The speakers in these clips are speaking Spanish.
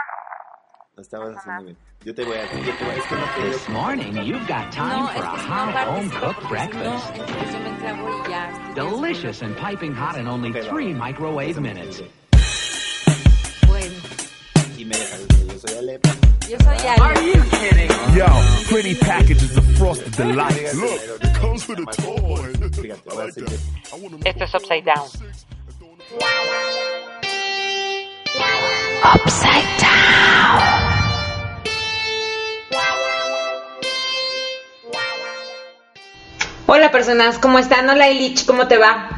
Hola. Lo estabas haciendo bien. Yo te voy a decir, yo te voy a es que no te This morning, you've got time No, for Oh, es a que si no hot participo, home cooked porque si no, breakfast. entonces yo me clavo y ya. estoy Delicious and piping hot in only Pero- three microwave minutes. desesperada. Bueno, Y me dejaron, yo soy Alepa. yo soy Ale. Yo, pretty packages of frosted delight. Look, it comes with a toy. Fíjate, voy a decir que Esto es Upside Down. Hola personas, ¿cómo están? Hola Ilich, ¿cómo te va?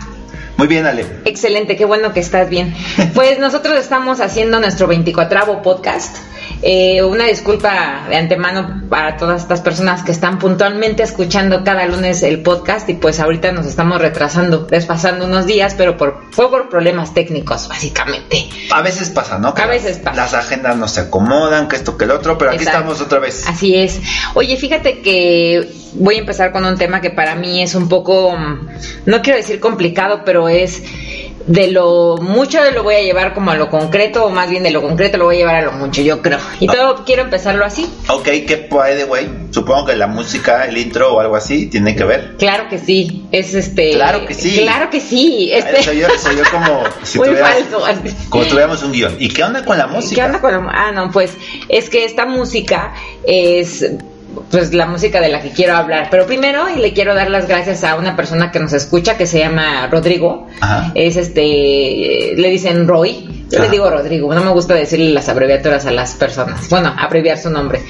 Muy bien, Ale. Excelente, qué bueno que estás bien. Pues nosotros estamos haciendo nuestro 24 podcast. Eh, una disculpa de antemano para todas estas personas que están puntualmente escuchando cada lunes el podcast y pues ahorita nos estamos retrasando, desfasando unos días, pero por, fue por problemas técnicos básicamente. A veces pasa, ¿no? A veces pasa. Las agendas no se acomodan, que esto, que el otro, pero aquí Exacto. estamos otra vez. Así es. Oye, fíjate que voy a empezar con un tema que para mí es un poco, mm, no quiero decir complicado, pero es de lo mucho lo voy a llevar como a lo concreto, o más bien de lo concreto lo voy a llevar a lo mucho, yo creo. Y Ah. todo quiero empezarlo así. Ok, que by the way, supongo que la música, el intro o algo así tiene que ver. Claro que sí, es este. Claro que sí. Claro que sí. Ay, Se Este, oyó, se oyó como si muy tuvieras- falso. así. como tuviéramos un guión. ¿Y qué onda con la música? ¿Qué onda con la- Ah, no, pues es que esta música es pues la música de la que quiero hablar. Pero primero y le quiero dar las gracias a una persona que nos escucha que se llama Rodrigo. Ajá. Es este, eh, le dicen Roy. Yo le Ajá. digo Rodrigo, no me gusta decirle las abreviaturas a las personas. Bueno, abreviar su nombre.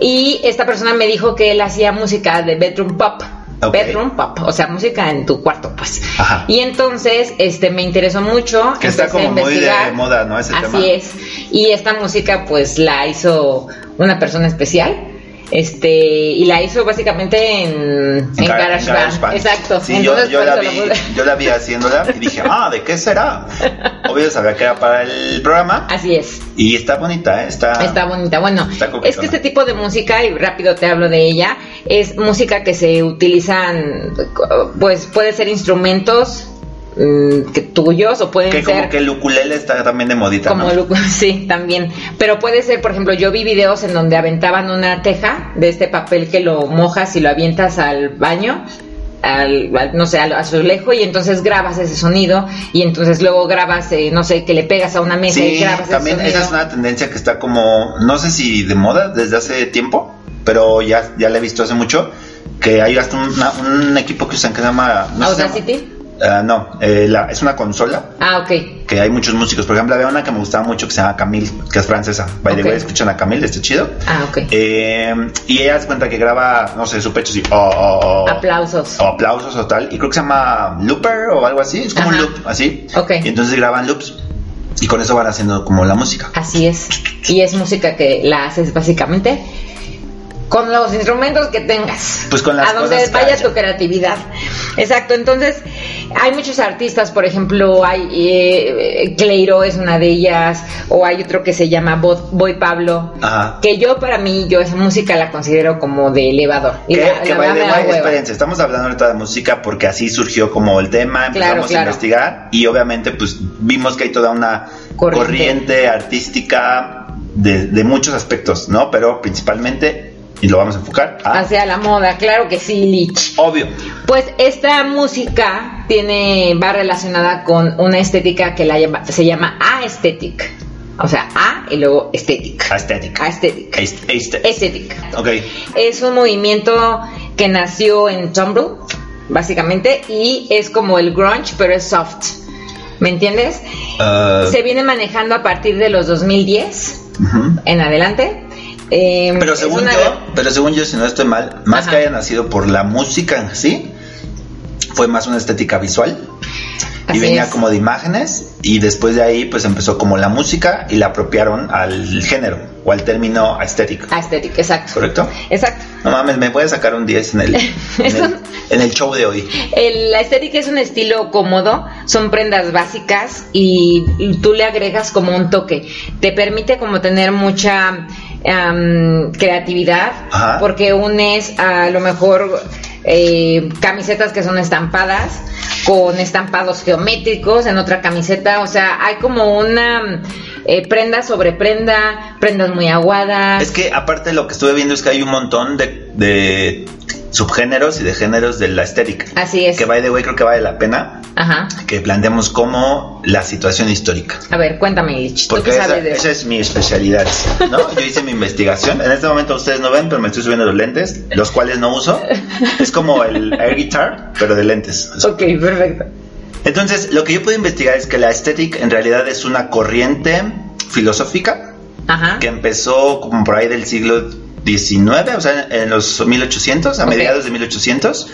Y esta persona me dijo que él hacía música de bedroom pop. Ok. Bedroom pop, o sea, música en tu cuarto, pues. Ajá. Y entonces, este, me interesó mucho. Que está empecé a como muy de investigar. moda, ¿no? Ese Así tema. es. Y esta música pues la hizo una persona especial. Este, y la hizo básicamente en, en Gar- GarageBand. GarageBand. Exacto. Sí, yo, Entonces, yo por la eso vi, lo puse. yo la vi haciéndola y dije, ah, ¿de qué será? Obvio sabía que era para el programa Así es. y está bonita, ¿eh? Está, Está bonita. Bueno, Está coquetona. es que este tipo de música, y rápido te hablo de ella, es música que se utilizan, pues puede ser instrumentos mm, que- tuyos o pueden que ser... como que el ukulele está también de modita, Como ¿no? Lu- sí, también. Pero puede ser, por ejemplo, yo vi videos en donde aventaban una teja de este papel que lo mojas y lo avientas al baño. Al, al- no sé, al azulejo y entonces grabas ese sonido y entonces luego grabas, eh, no sé, que le pegas a una mesa y Sí, grabas también ese esa sonido. es una tendencia que está como, no sé si de moda desde hace tiempo, pero ya, ya la he visto hace mucho, que hay hasta una- un equipo que usan que se llama... No sé si se llama- ¿Audacity? Ah, no, eh, la- es una consola Ah, ok. que hay muchos músicos. Por ejemplo, había una que me gustaba mucho que se llama Camille, que es francesa. By Ok. the way, escuchan a Camille, está chido. Ah, ok. Eh, y ella se cuenta que graba, no sé, su pecho así, oh, oh, oh, Aplausos. o aplausos o tal. Y creo que se llama Looper o algo así. Es como Ajá. un loop, así. Ok. Y entonces graban loops. Y con eso van haciendo como la música. Así es. Y es música que la haces básicamente con los instrumentos que tengas. Pues con las A donde cosas que vaya haya. tu creatividad. Exacto. Entonces, hay muchos artistas, por ejemplo, hay eh, eh, Cleiro es una de ellas, o hay otro que se llama Bo- Boy Pablo. Ajá. Que yo, para mí, yo esa música la considero como de elevador. Y Que, la- que la by verdad the me da way, hueva. espérense, estamos hablando ahorita de música porque así surgió como el tema, empezamos Claro, claro. a investigar y obviamente pues vimos que hay toda una Corriente. corriente, artística de, de muchos aspectos, ¿no? Pero principalmente, y lo vamos a enfocar, a, Hacia la moda, claro que sí, Lich. obvio, Pues esta música tiene, va relacionada con una estética que la llama- se llama aesthetic. O sea, A y luego estética. estética. Aesthetic. Estética. Estética. Ok, Es un movimiento que nació en Tumblr, básicamente, y es como el grunge, pero es soft. ¿Me entiendes? ah, Se viene manejando a partir de los 2010 ujú. en adelante. Eh, Pero es según una- yo, pero según yo, si no estoy mal, más Ajá. que haya nacido por la música en sí, fue más una estética visual. Así y venía es. como de imágenes y después de ahí pues empezó como la música y la apropiaron al género o al término estético. Aesthetic, exacto. ¿Correcto? Exacto. No mames, me puedes sacar un 10 en el, en Eso- el, en el show de hoy. El- la estética es un estilo cómodo, son prendas básicas y tú le agregas como un toque. Te permite como tener mucha am, creatividad Ajá. porque unes a lo mejor eh, camisetas que son estampadas con estampados geométricos en otra camiseta, o sea, hay como una eh, prenda sobre prenda, prendas muy aguadas. Es que aparte lo que estuve viendo es que hay un montón de, de subgéneros y de géneros de la estética. Así es. Que by the way creo que vale la pena Ajá. que planteemos como la situación histórica. A ver, cuéntame, Lich. ¿Tú Porque qué esa, sabes de esa es mi especialidad, ¿no? Yo hice mi investigación. En este momento ustedes no ven, pero me estoy subiendo los lentes, los cuales no uso. Es como el air guitar, pero de lentes. Ok, perfecto. Entonces, lo que yo pude investigar es que la estética en realidad es una corriente filosófica Ajá. que empezó como por ahí del siglo XIX, o sea, en los 1800, a Ok. mediados de 1800.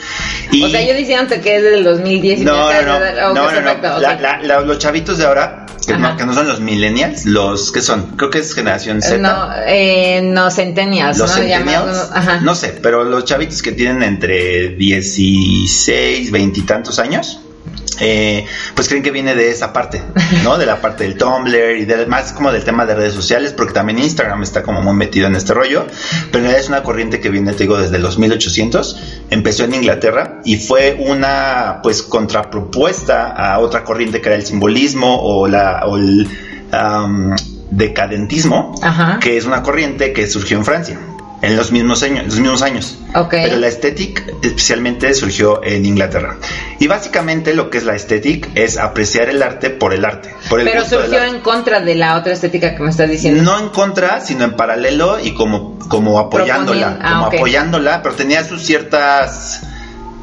Y O sea, yo diciéndote que es del 2010 y me no, no, acabas no, de dar- no, ok, no, no. perfecto, ok. La- la- la- los chavitos de ahora, que Ajá. no, que no son los millennials, los que son, creo que es generación Z. No, eh, no, centennials, Los ¿no? Le llaman, centennials, ¿no? Ajá. no sé, pero los chavitos que tienen entre 16, 20 y tantos años, eh, pues creen que viene de esa parte, ¿no? De la parte del Tumblr y del, más como del tema de redes sociales, porque también Instagram está como muy metido en este rollo, pero en realidad es una corriente que viene, te digo, desde los 1800, empezó en Inglaterra y fue una, pues, contrapropuesta a otra corriente que era el simbolismo o, la, o el... am, decadentismo, Ajá. que es una corriente que surgió en Francia en los mismos años, los mismos años. Ok. Pero la estética especialmente surgió en Inglaterra. Y básicamente lo que es la estética es apreciar el arte por el arte, por el Pero gusto del surgió arte. en contra de la otra estética que me estás diciendo. No en contra, sino en paralelo y como, como apoyándola. Proponiendo- ah, como ok. apoyándola, pero tenía sus ciertas.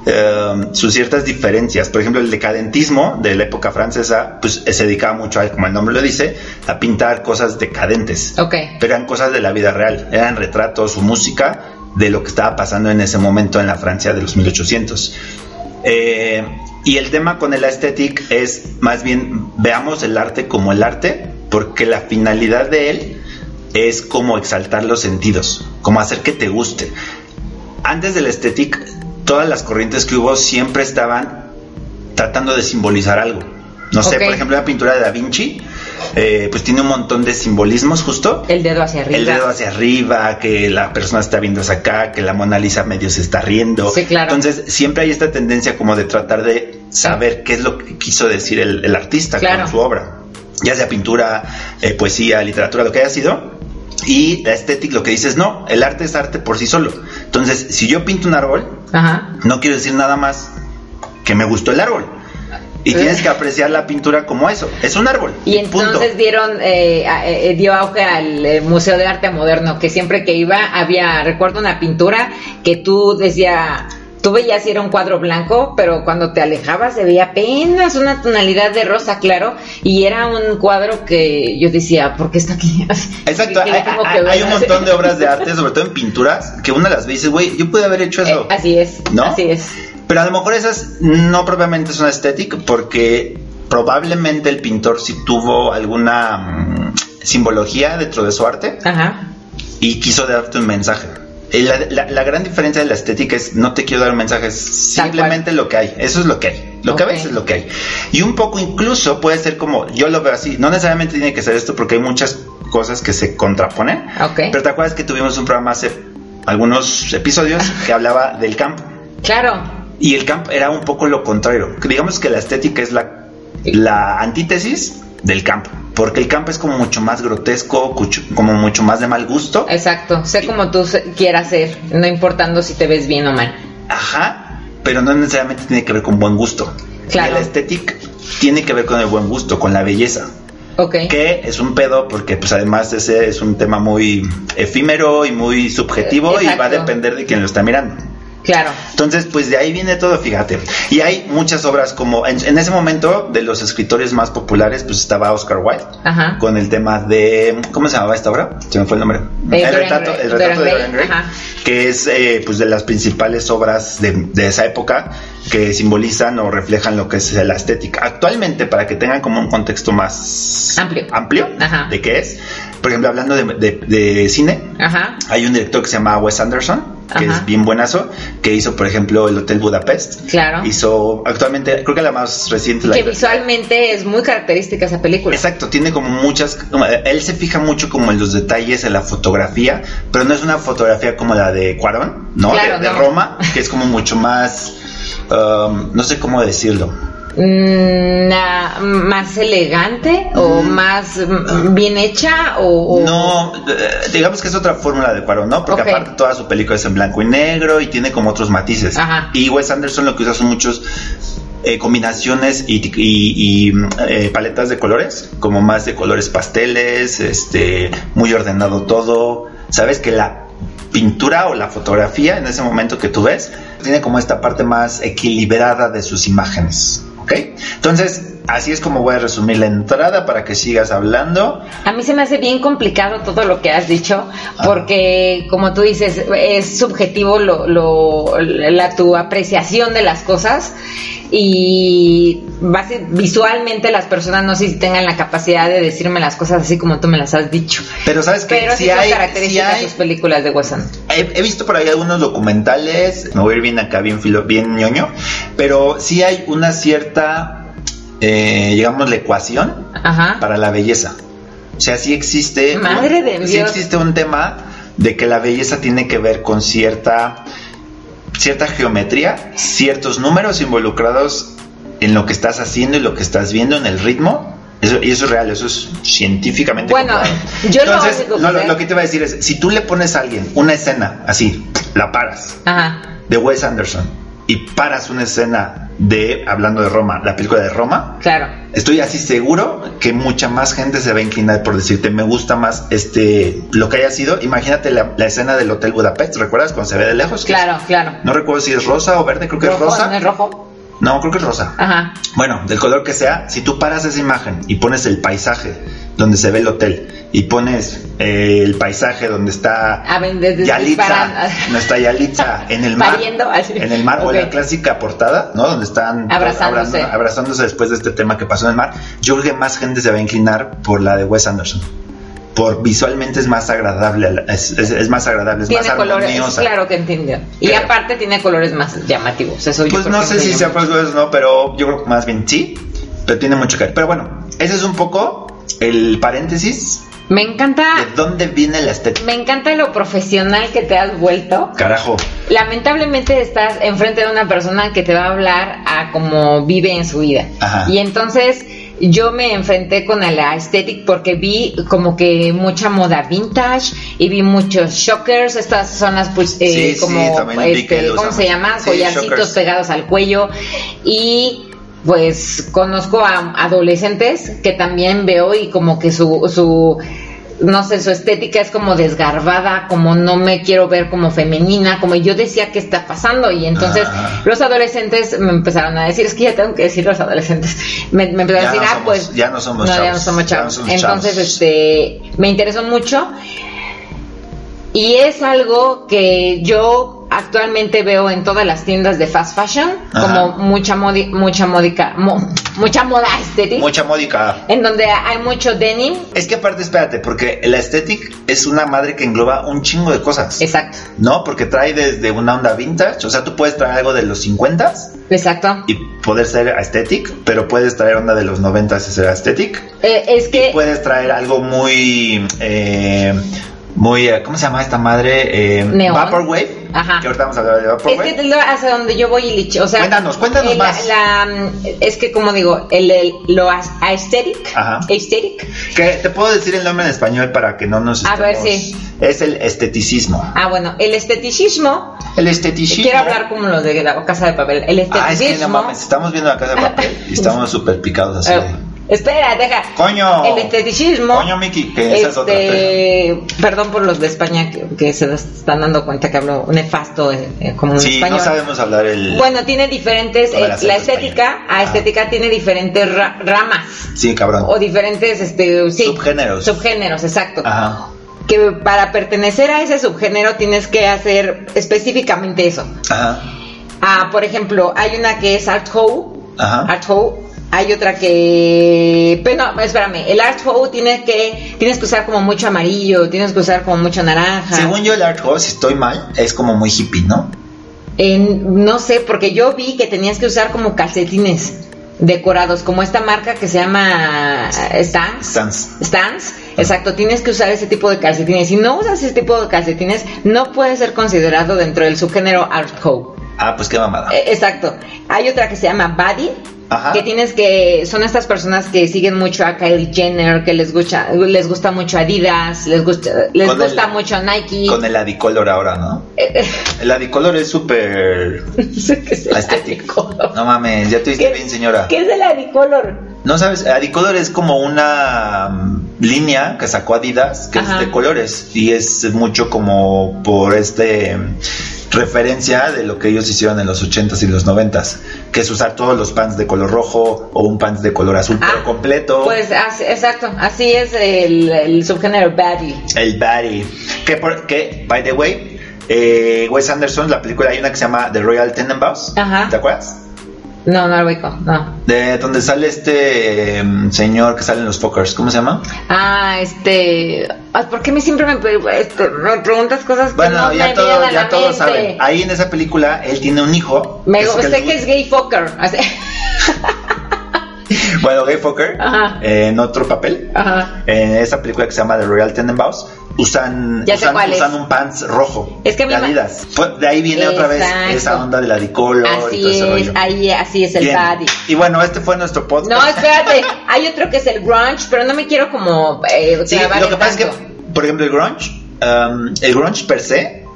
eh, sus ciertas diferencias, por ejemplo el decadentismo de la época francesa pues se dedicaba mucho a, como el nombre lo dice a pintar cosas decadentes Ok. pero eran cosas de la vida real, eran retratos o música de lo que estaba pasando en ese momento en la Francia de los 1800. Eh, y el tema con el aesthetic es más bien veamos el arte como el arte, porque la finalidad de él es como exaltar los sentidos, como hacer que te guste. Antes del aesthetic, todas las corrientes que hubo siempre estaban tratando de simbolizar algo. No sé, Ok. por ejemplo, la pintura de Da Vinci, eh, pues tiene un montón de simbolismos justo. El dedo hacia arriba. El dedo hacia arriba, que la persona está viendo hacia acá, que la Mona Lisa medio se está riendo. Sí, claro. Entonces, siempre hay esta tendencia como de tratar de saber qué es lo que quiso decir el, el artista Claro. con su obra. Ya sea pintura, eh, poesía, literatura, lo que haya sido. Y la estética lo que dices, no, el arte es arte por sí solo. Entonces, si yo pinto un árbol, Ajá. no quiero decir nada más que me gustó el árbol. Y tienes que apreciar la pintura como eso. Es un árbol. Eh. Y entonces punto. dieron, eh, a- eh, dio auge al eh, Museo de Arte Moderno, que siempre que iba había, recuerdo una pintura que tú decía, tú veías si era un cuadro blanco, pero cuando te alejabas se veía apenas una tonalidad de rosa claro, y era un cuadro que yo decía, ¿por qué está aquí? Eh, Exacto, Que le hay, tengo que hay- ver, hay un ¿no? montón de obras de arte, sobre todo en pinturas, que una las ve y dice, güey, yo pude haber hecho Eh, eso. así es, ¿No? así es. Pero a lo mejor esas no propiamente son estéticas, porque probablemente el pintor sí tuvo alguna mm, simbología dentro de su arte Ajá. y quiso darte un mensaje. Y La, la- la gran diferencia de la estética es no te quiero dar un mensaje, es Tal cual. simplemente lo que hay, eso es lo que hay, lo Ok. que ves es lo que hay. Y un poco incluso puede ser como, yo lo veo así, no necesariamente tiene que ser esto porque hay muchas cosas que se contraponen, Ok. pero te acuerdas que tuvimos un programa hace algunos episodios que hablaba del campo. Claro. Y el campo era un poco lo contrario. Digamos que la estética es la, la antítesis del campo. Porque el campo es como mucho más grotesco, cucho- como mucho más de mal gusto. Exacto, sé como tú se- quieras ser, no importando si te ves bien o mal. Ajá, pero no necesariamente tiene que ver con buen gusto. Claro. Y la estética tiene que ver con el buen gusto, con la belleza. Ok. Que es un pedo porque pues además ese es un tema muy efímero y muy subjetivo y va a Exacto. depender de quien lo está mirando. Claro. Entonces, pues de ahí viene todo, fíjate. Y hay muchas obras como, en, en ese momento, de los escritores más populares, pues estaba Oscar Wilde, Ajá. con el tema de, ¿cómo se llamaba esta obra? Se me fue el nombre. De el, Eh, Dorian retrato, Gray. el retrato de Dorian Dorian Gray, Gray, ajá. que es eh, pues de las principales obras de, de esa época que simbolizan o reflejan lo que es la estética. Actualmente, para que tengan como un contexto más Amplio. amplio Ajá. de qué es, por ejemplo, hablando de, de- de cine, Ajá. hay un director que se llama Wes Anderson, que Ajá. es bien buenazo, que hizo, por ejemplo, el Hotel Budapest. Claro. Hizo, actualmente, creo que la más reciente. La Ah. Que visualmente es muy característica esa película. Exacto, tiene como muchas, él se fija mucho como en los detalles, en la fotografía, pero no es una fotografía como la de Cuarón, ¿no? Claro, de, de no. Roma, que es como mucho más, um, no sé cómo decirlo, mm, na- más elegante o más mm, bien hecha o, o- No, eh, digamos que es otra fórmula de Cuarón, ¿no? Porque Ok. aparte toda su película es en blanco y negro y tiene como otros matices. Ajá. Y Wes Anderson lo que usa son muchos eh, combinaciones y, y- y, mm, eh, paletas de colores, como más de colores pasteles, este, muy ordenado todo. Sabes que la pintura o la fotografía en ese momento que tú ves tiene como esta parte más equilibrada de sus imágenes, ¿ok? Entonces así es como voy a resumir la entrada para que sigas hablando. A mí se me hace bien complicado todo lo que has dicho, Ah. porque como tú dices, es subjetivo lo, lo- la, tu apreciación de las cosas y base- visualmente las personas no sé si tengan la capacidad de decirme las cosas así como tú me las has dicho. Pero sabes que Pero sí si son hay, si características hay- sus películas de Wes Anderson. he, he visto por ahí algunos documentales, me voy a ir bien acá, bien filo, bien ñoño, pero sí hay una cierta, eh, digamos, la ecuación Ajá. para la belleza. O sea, sí existe, un- Madre de sí Dios. existe un tema de que la belleza tiene que ver con cierta, cierta geometría, ciertos números involucrados en lo que estás haciendo y lo que estás viendo, en el ritmo. Eso, y eso es real, eso es científicamente Bueno, comprobado. yo lo Entonces, único que no, lo, sé- lo que te iba a decir es, si tú le pones a alguien una escena así, la paras, Ajá. de Wes Anderson, y paras una escena de, hablando de Roma, la película de Roma, Claro. Estoy así seguro que mucha más gente se va a inclinar por decirte me gusta más este lo que haya sido. Imagínate la, la escena del Hotel Budapest, ¿recuerdas cuando se ve de lejos? Que Claro, claro. es- No recuerdo si es rosa o verde, creo que Rojo, es rosa. ¿No es rojo? No, creo que es rosa. Ajá. Bueno, del color que sea, si tú paras esa imagen y pones el paisaje donde se ve el hotel y pones eh, el paisaje donde está A ver, desde- Yalitza, disparan- no está Yalitza en el mar, Pariendo, así. en el mar o Ok. la clásica portada, ¿no? Donde están Abrazándose. abrazando- abrazándose después de este tema que pasó en el mar. Yo creo que más gente se va a inclinar por la de Wes Anderson. Por visualmente es más agradable, a la- es, es- es más agradable, es Tiene más colores, armoniosa. claro que entiendo. Y Claro. aparte tiene colores más llamativos. Eso yo Pues creo no que sé si llama sea mucho. por eso, no, pero yo creo que más bien sí, pero tiene mucho que ver. Pero bueno, ese es un poco el paréntesis Me encanta, de dónde viene la estética. me encanta lo profesional que te has vuelto. Carajo, Lamentablemente estás enfrente de una persona que te va a hablar a cómo vive en su vida. Ajá. Y entonces yo me enfrenté con la aesthetic porque vi como que mucha moda vintage y vi muchos shockers. Estas son las pues, eh, Sí, sí, como también vi este, que lo ¿cómo se usamos. llama? Sí, Collarcitos shockers. pegados al cuello y pues conozco a adolescentes que también veo y como que su, su no sé, su estética es como desgarbada, como no me quiero ver como femenina, como yo decía que está pasando y entonces Ah. los adolescentes me empezaron a decir, es que ya tengo que decir los adolescentes, me, me empezaron Ya a decir, no ah, somos- pues ya no somos ya no chavos, somos ya no chavos. somos entonces chavos. este me interesó mucho y es algo que yo actualmente veo en todas las tiendas de fast fashion, Ajá. como mucha modi- mucha módica, mo- mucha moda estética, mucha módica. en donde hay mucho denim. Es que aparte, espérate, porque la estética es una madre que engloba un chingo de cosas. Exacto, ¿No? Porque trae desde una onda vintage, o sea, tú puedes traer algo de los 50s exacto. y poder ser aesthetic, pero puedes traer onda de los 90s y ser aesthetic. Eh, es que puedes traer algo muy eh, muy eh, ¿cómo se llama esta madre? Eh, Neón. Vaporwave Ajá. que ahorita vamos a hablar de es Vaporwave que lo- hacia donde yo voy y lich- o sea, Cuéntanos, cuéntanos la- más. la, mm, es que como digo, el, el- lo as- aesthetic, Ajá. aesthetic, que te puedo decir el nombre en español para que no nos A ver, es el esteticismo ah bueno, el esteticismo, el esteticismo quiero hablar como lo de la casa de papel, el ah es esteticismo, que no mames estamos viendo la casa de papel y estamos súper picados así Eh, espera, deja, Coño. el esteticismo, Coño, Miki, que esa es otra, este, perdón por los de España que, que se están dando cuenta que hablo nefasto eh, eh, como un sí español, no sabemos hablar el bueno, tiene diferentes, Con el eh, la acento estética, español. a Ah. estética tiene diferentes ra- ramas, sí cabrón o diferentes este sí, Subgéneros. Ah. subgéneros exacto ajá que para pertenecer a ese subgénero tienes que hacer específicamente eso ajá ah, por ejemplo hay una que es art hoe Ajá. art hoe hay otra que pero no espérame el art hoe tiene que tienes que usar como mucho amarillo tienes que usar como mucho naranja según yo el art house si estoy mal es como muy hippie ¿no? En- no sé, porque yo vi que tenías que usar como calcetines decorados, como esta marca que se llama eh, Stans. Stans. Stans, Ah. exacto, tienes que usar ese tipo de calcetines. Si no usas ese tipo de calcetines, no puede ser considerado dentro del subgénero art Eh, hoe. ah pues qué mamada Eh, exacto. Hay otra que se llama body, Ajá. Que tienes que, son estas personas que siguen mucho a Kylie Jenner, que les gusta, les gusta mucho Adidas, les gusta, les Con el- gusta mucho Nike. Con el adicolor ahora, ¿no? Eh, El adicolor es súper No sé qué es el estético. Adicolor. No mames, ya tuviste ¿Qué- bien, señora. ¿Qué es el adicolor? No sabes, adicolor es como una mm, línea que sacó Adidas, que Ajá. es de colores, y es mucho como por este mm, referencia de lo que ellos hicieron en los 80s y los 90s, que es usar todos los pants de color rojo o un pants de color azul, Ah, pero completo. Pues así- exacto, así es el, el subgénero baddie. El Daddy. Que, por- que, by the way, eh, Wes Anderson, la película, hay una que se llama The Royal Tenenbaums. Ajá. ¿Te acuerdas? No, no lo ubico, no. De donde sale este em, señor que sale en los Pokers. ¿Cómo se llama? Ah, este, ah, ¿por qué me siempre me, pre- este, me preguntas cosas que Bueno, no ya, me todo, vienen a ya la mente? todos saben. Ahí en esa película, él tiene un hijo. Me es sé le que es gay fucker. así. gusta- Bueno, Gay Fokker, Ajá. eh, en otro papel. Ajá. En esa película que se llama The Royal Tenenbaums, usan, Ya sé usan, cuál es. usan un pants rojo. Es que a mí de me- Adidas. Fue- De ahí viene otra vez Exacto. esa onda del adicolor y Así todo ese es, rollo. ahí así es el Bien. baddie. Y bueno, este fue nuestro podcast. No, espérate, hay otro que es el grunge, pero no me quiero como eh, Sí, clavar lo que en pasa es que, tanto. por ejemplo, el grunge, um, el grunge per se,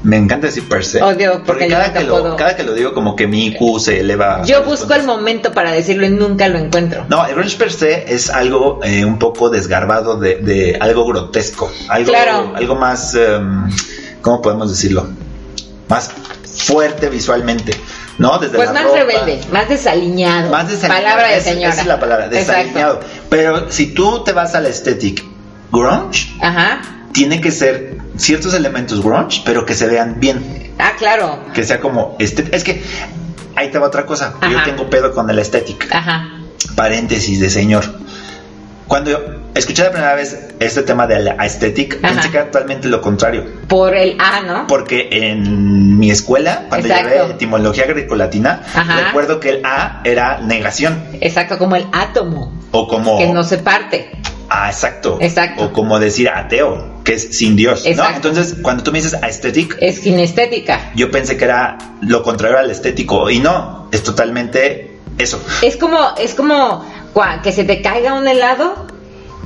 me encanta decir per se. Odio, porque yo cada nunca que, puedo. lo, cada que lo digo, como que mi IQ se eleva. yo busco el momento para decirlo y nunca lo encuentro. No, el grunge per se es algo eh, un poco desgarbado de, de algo grotesco. Algo, Claro. algo más, em, ¿cómo podemos decirlo? Más fuerte visualmente, ¿no? Desde Pues la más ropa. rebelde, más desaliñado. Más desaliñado. Palabra de Esa- señora. Esa es la palabra, desaliñado. Exacto. Pero si tú te vas a la estética grunge, Ajá. tiene que ser ciertos elementos grunge, pero que se vean bien. Ah, claro. Que sea como. Este, es que ahí te va otra cosa. Yo Ajá. tengo pedo con la estética. Ajá. Paréntesis de señor. Cuando yo escuché la primera vez este tema de la estética, Ajá. pensé que era totalmente lo contrario. Por el A, ¿no? Porque en mi escuela, cuando Exacto. llevé etimología grecolatina, Ajá. recuerdo que el A era negación. Exacto, como el átomo. O como. Que no se parte. Ah, exacto. Exacto. O como decir ateo, que es sin Dios. ¿no? Exacto. Entonces, cuando tú me dices aesthetic, Es kinestética. yo pensé que era lo contrario al estético y no, es totalmente eso. Es como, es como cua- que se te caiga un helado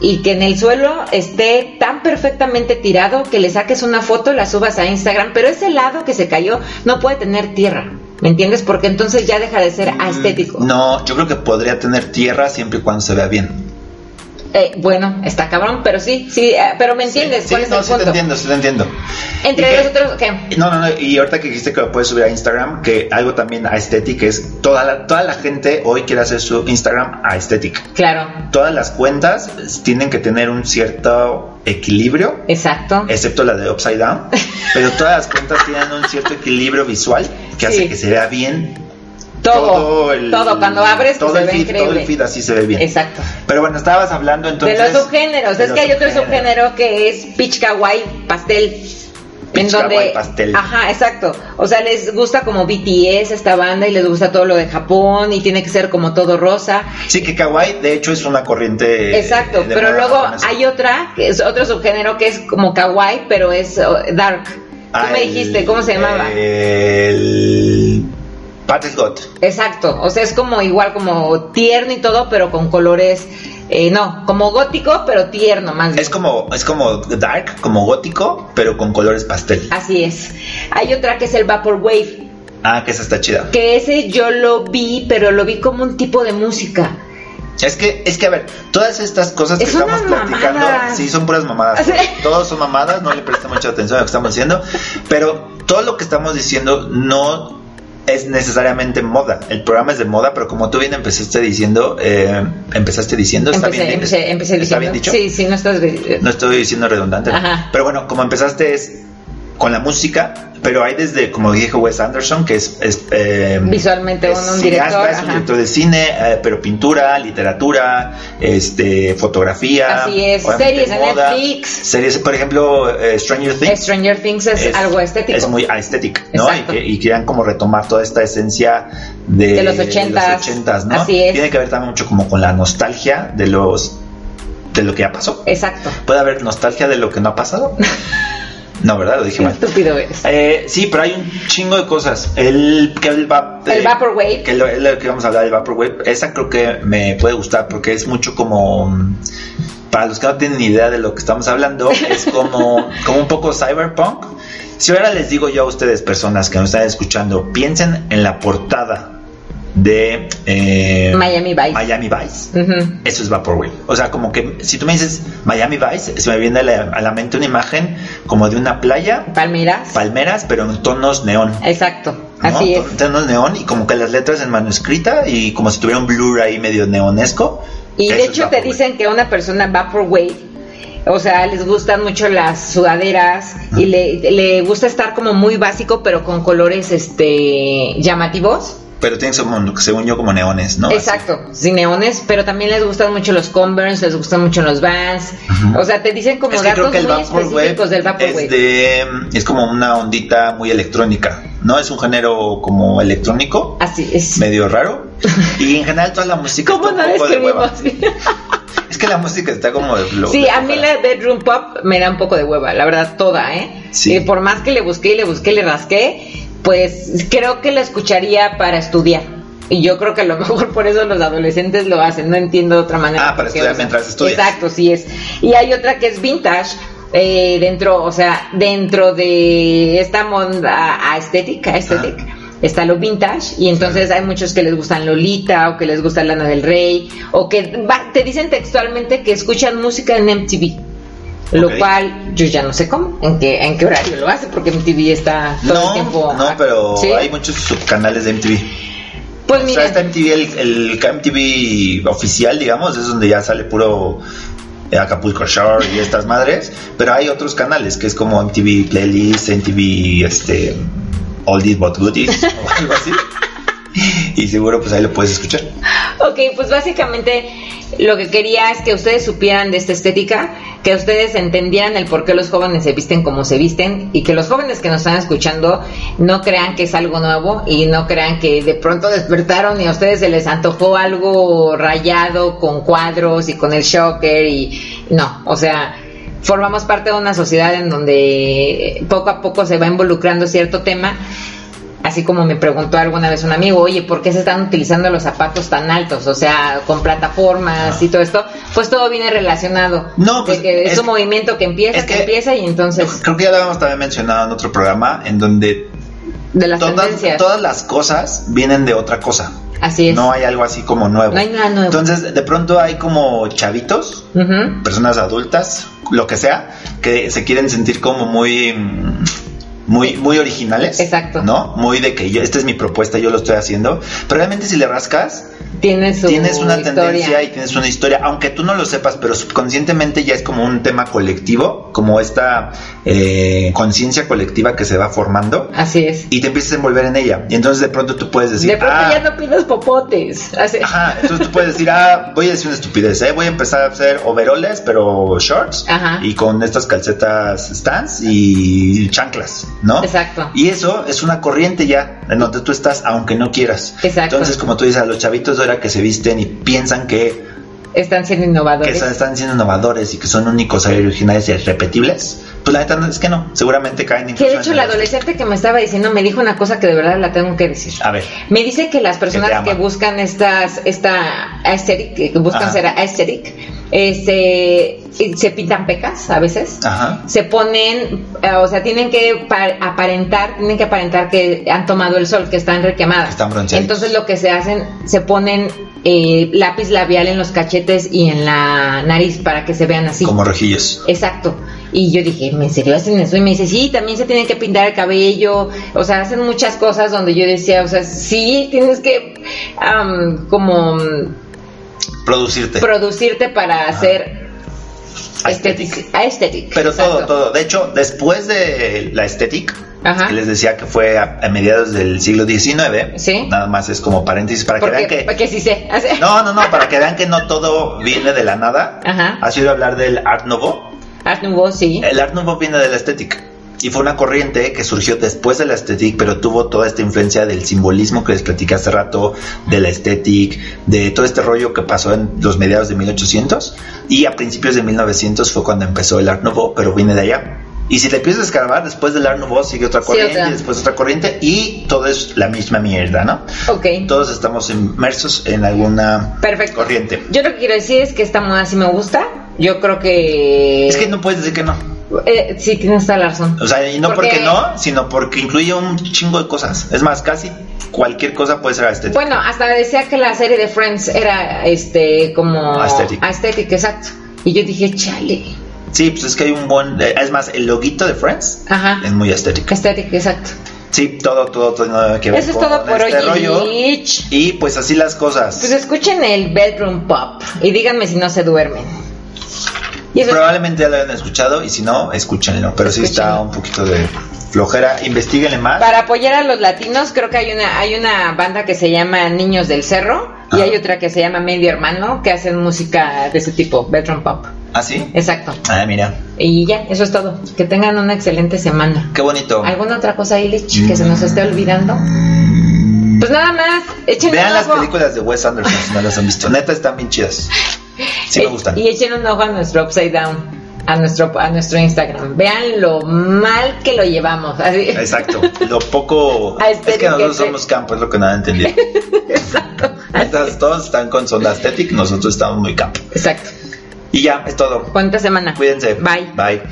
y que en el suelo esté tan perfectamente tirado que le saques una foto, la subas a Instagram, pero ese helado que se cayó no puede tener tierra. ¿Me entiendes? Porque entonces ya deja de ser aestético. Mm, No, yo creo que podría tener tierra siempre y cuando se vea bien. Eh, bueno, está cabrón, pero sí, sí, eh, pero me entiendes, Sí, ¿cuál es no, el sí te punto? entiendo, sí te entiendo. Entre ¿Y qué? nosotros, ¿qué? No, no, no, y ahorita que dijiste que lo puedes subir a Instagram, que algo también aesthetic es toda la, toda la gente hoy quiere hacer su Instagram aesthetic. Claro, Todas las cuentas es, tienen que tener un cierto equilibrio, exacto. excepto la de Upside Down, pero todas las cuentas tienen un cierto equilibrio visual que Sí. hace que se vea bien todo, todo, cuando abres, todo pues, se el ve feed, increíble. todo el feed así se ve bien. Exacto. Pero bueno, estabas hablando entonces de los subgéneros, de es los que hay otro subgéneros. subgénero que es pitch kawaii pastel. Peach kawaii pastel. Ajá, exacto. O sea, les gusta como BTS esta banda y les gusta todo lo de Japón y tiene que ser como todo rosa. Sí, que kawaii de hecho es una corriente. eh, Exacto, de pero moda luego japonesa. hay otra, que es otro subgénero que es como kawaii, pero es oh, dark. Ah, Tú me el- dijiste, ¿cómo se llamaba? El Battle God. Exacto, o sea, es como igual como tierno y todo, pero con colores, eh, no, como gótico, pero tierno más bien. Es como es como dark, como gótico, pero con colores pastel. Así es. Hay otra que es el Vaporwave, Ah, que esa está chida. que ese yo lo vi, pero lo vi como un tipo de música. Es que es que a ver, todas estas cosas que Es estamos una platicando, mamada. sí son puras mamadas. Sí. Todos son mamadas, no le presten mucha atención a lo que estamos diciendo, pero todo lo que estamos diciendo no es necesariamente moda. El programa es de moda, pero como tú bien empezaste diciendo, eh, empezaste diciendo, está Empecé, bien, empecé, empecé ¿Está diciendo. bien dicho. Sí, sí, no estás. eh, No estoy diciendo redundante. Ajá. Pero bueno, como empezaste es con la música, pero hay desde, como dijo Wes Anderson, que es... es, eh, Visualmente es un- un cineasta, director, Es un ajá. director de cine, eh, pero pintura, literatura, este, fotografía. Así es, obviamente series de Netflix. Series, por ejemplo, eh, Stranger Things. Stranger Things es, algo estético. Es muy estético, ¿no? Y, Exacto. que- y quieran como retomar toda esta esencia de, De los ochentas. los ochentas, ¿no? Así es. Tiene que ver también mucho como con la nostalgia de los de lo que ya pasó. Exacto. ¿Puede haber nostalgia de lo que no ha pasado? No, ¿verdad? Lo dije Qué mal. estúpido eres. Eh, sí, pero hay un chingo de cosas. El, que el, va- El eh, Vaporwave. Que lo, es lo que vamos a hablar, el Vaporwave. Esa creo que me puede gustar porque es mucho como. mm, Para los que no tienen ni idea de lo que estamos hablando, es como, como un poco cyberpunk. Si ahora les digo yo a ustedes, personas que nos están escuchando, piensen en la portada de eh, Miami Vice. Miami Vice. Ujú. Eso es Vaporwave. O sea, como que si tú me dices Miami Vice, se me viene a la, a la mente una imagen como de una playa Palmeras. palmeras, pero en tonos neón. ¿no? Exacto. Así es. Ton- Tonos neón y como que las letras en manuscrita y como si tuviera un blur ahí medio neonesco. Y Eso de es hecho te Vaporwave. dicen que una persona vaporwave, o sea, les gustan mucho las sudaderas y le, le gusta estar como muy básico, pero con colores este llamativos. Pero tienen según, según yo como neones, ¿no? Exacto, sin neones, pero también les gustan mucho los Converse, les gustan mucho los Vans. Ujú. O sea, te dicen como es que creo datos que el muy Vaporwave específicos del vaporwave. es, de, es como una ondita muy electrónica, ¿no? Es un género como electrónico, Así es. medio raro. Y en general toda la música ¿Cómo está no un poco de describimos? hueva. Es que la música está como de flow. Sí, de a mí flojera. la bedroom pop me da un poco de hueva, la verdad, toda, ¿eh? Sí. Y por más que le busqué y le busqué y le rasqué, pues creo que la escucharía para estudiar. Y yo creo que a lo mejor por eso los adolescentes lo hacen, no entiendo de otra manera. Ah, por para qué estudiar usan. mientras estudias. Exacto, sí es. Y hay otra que es vintage, eh, dentro, o sea, dentro de esta monda estética, estética. Está lo vintage y entonces hay muchos que les gustan Lolita o que les gusta Lana del Rey o que va- te dicen textualmente que escuchan música en MTV. Lo Ok. cual yo ya no sé cómo, en qué, en qué horario lo hace, porque MTV está todo el tiempo. No, no, pero ¿Sí? hay muchos subcanales de MTV. Pues O sea, mira, está MTV, el, el MTV oficial, digamos, es donde ya sale puro eh, Acapulco Shore y estas madres, pero hay otros canales que es como MTV Playlist, MTV este, All These But Goodies o algo así. Y seguro pues ahí lo puedes escuchar. Ok, pues básicamente lo que quería es que ustedes supieran de esta estética, que ustedes entendieran el por qué los jóvenes se visten como se visten y que los jóvenes que nos están escuchando no crean que es algo nuevo y no crean que de pronto despertaron y a ustedes se les antojó algo rayado con cuadros y con el shocker y no, o sea, formamos parte de una sociedad en donde poco a poco se va involucrando cierto tema Así como me preguntó alguna vez un amigo, oye, ¿por qué se están utilizando los zapatos tan altos? O sea, con plataformas y todo esto. Pues todo viene relacionado. No, De pues, que es, es- un movimiento que empieza, es que, que- empieza y entonces Creo que ya lo habíamos también mencionado en otro programa en donde de las todas, tendencias. todas las cosas vienen de otra cosa. así es. No hay algo así como nuevo. No hay nada nuevo. Entonces, de pronto hay como chavitos Ujú. personas adultas, lo que sea, que se quieren sentir como muy mm, muy muy originales. Exacto. ¿No? Muy de que yo esta es mi propuesta, yo lo estoy haciendo, pero realmente si le rascas, Tiene su tienes una historia. tendencia y tienes una historia, aunque tú no lo sepas, pero subconscientemente ya es como un tema colectivo, como esta eh, conciencia colectiva que se va formando. Así es. Y te empiezas a envolver en ella. Y entonces de pronto tú puedes decir, de pronto "Ah, ya no pidas popotes. Así- Ajá, entonces tú puedes decir, ah, voy a decir una estupidez, ¿eh? voy a empezar a hacer overoles, pero shorts, Ajá. y con estas calcetas stans y chanclas, ¿no? Exacto. Y eso es una corriente ya, en donde tú estás, aunque no quieras. Exacto. Entonces, como tú dices, a los chavitos de ahora que se visten y piensan que, Están siendo que innovadores. son- están siendo innovadores y que son únicos, originales y repetibles, pues la neta no- es que no, seguramente caen Que de incluso hecho en la el- adolescente que me estaba diciendo me dijo una cosa que de verdad la tengo que decir. A ver, Me dice que las personas Que te ama. que, buscan estas, esta aesthetic, que buscan Ajá. ser aesthetic, este, y se pintan pecas a veces. ajá, Se ponen, eh, o sea, tienen que pa- aparentar, tienen que aparentar que han tomado el sol, que están requemadas. Están bronceaditos. Entonces lo que se hacen, se ponen eh, lápiz labial en los cachetes y en la nariz para que se vean así. como rojillos. Exacto. Y yo dije, ¿en serio hacen eso? Y me dice, sí, también se tienen que pintar el cabello. O sea, hacen muchas cosas donde yo decía, o sea, sí, tienes que am, como mm, Producirte. producirte para hacer Aesthetic. estética. Aesthetic. Pero todo, exacto. todo. De hecho, después de la estética, Ajá. que les decía que fue a, a mediados del siglo XIX, Sí. nada más es como paréntesis para que Porque, vean que... porque sí sé. hacer. No, no, no, para que vean que no todo viene de la nada. Ajá. Ha sido hablar del Art Nouveau. Art Nouveau, sí. El Art Nouveau viene de la estética. Y fue una corriente que surgió después de la estética, pero tuvo toda esta influencia del simbolismo que les platicé hace rato, de la estética, de todo este rollo que pasó en los mediados de 1800. Y a principios de 1900 fue cuando empezó el Art Nouveau, pero viene de allá. Y si le empiezas a escarbar, después del Art Nouveau sigue otra corriente, otra. y después otra corriente, y todo es la misma mierda, ¿no? Ok. Todos estamos inmersos en alguna Perfecto. corriente. Yo lo que quiero decir es que esta moda sí me gusta. Yo creo que. Es que no puedes decir que no. Eh, sí, tienes toda la razón. O sea, y no Porque- porque no, sino porque incluye un chingo de cosas. Es más, casi cualquier cosa puede ser estética. Bueno, hasta decía que la serie de Friends era este como Aesthetic. aesthetic, exacto. Y yo dije, chale. Sí, pues es que hay un buen. eh, Es más, el loguito de Friends Ajá. es muy estético. Aesthetic, exacto. Sí, todo, todo, todo nada que ver Eso es con todo por este hoy, rollo. Mitch. Y pues así las cosas. Pues escuchen el bedroom pop y díganme si no se duermen. Y eso es- Probablemente ya lo hayan escuchado y si no, escúchenlo. Pero sí está Escúchenlo. un poquito de flojera. Investíguenle más. para apoyar a los latinos, creo que hay una hay una banda que se llama Niños del Cerro y Ajá. hay otra que se llama Medio Hermano que hacen música de ese tipo, bedroom pop. ¿Ah, sí? Exacto. Ah, mira. Y ya, eso es todo. Que tengan una excelente semana. Qué bonito. ¿Alguna otra cosa, Illich, que se nos esté olvidando? Pues nada más, echen Vean un las ojo. películas de Wes Anderson si no las han visto. Neta, están bien chidas. Sí me Eh, gustan. Y echen un ojo a nuestro Upside Down, a nuestro, a nuestro Instagram. Vean lo mal que lo llevamos. así. Exacto. Lo poco. Ah, Es que nosotros estética. somos campo, es lo que nada entendí. Mientras todos están con sonda aesthetic, nosotros estamos muy campo. Exacto. Y ya, es todo. ¿Cuánta semana? Cuídense. Bye. Bye.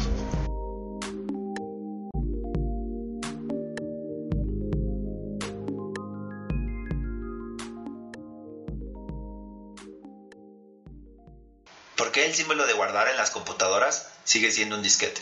¿Por qué el símbolo de guardar en las computadoras sigue siendo un disquete?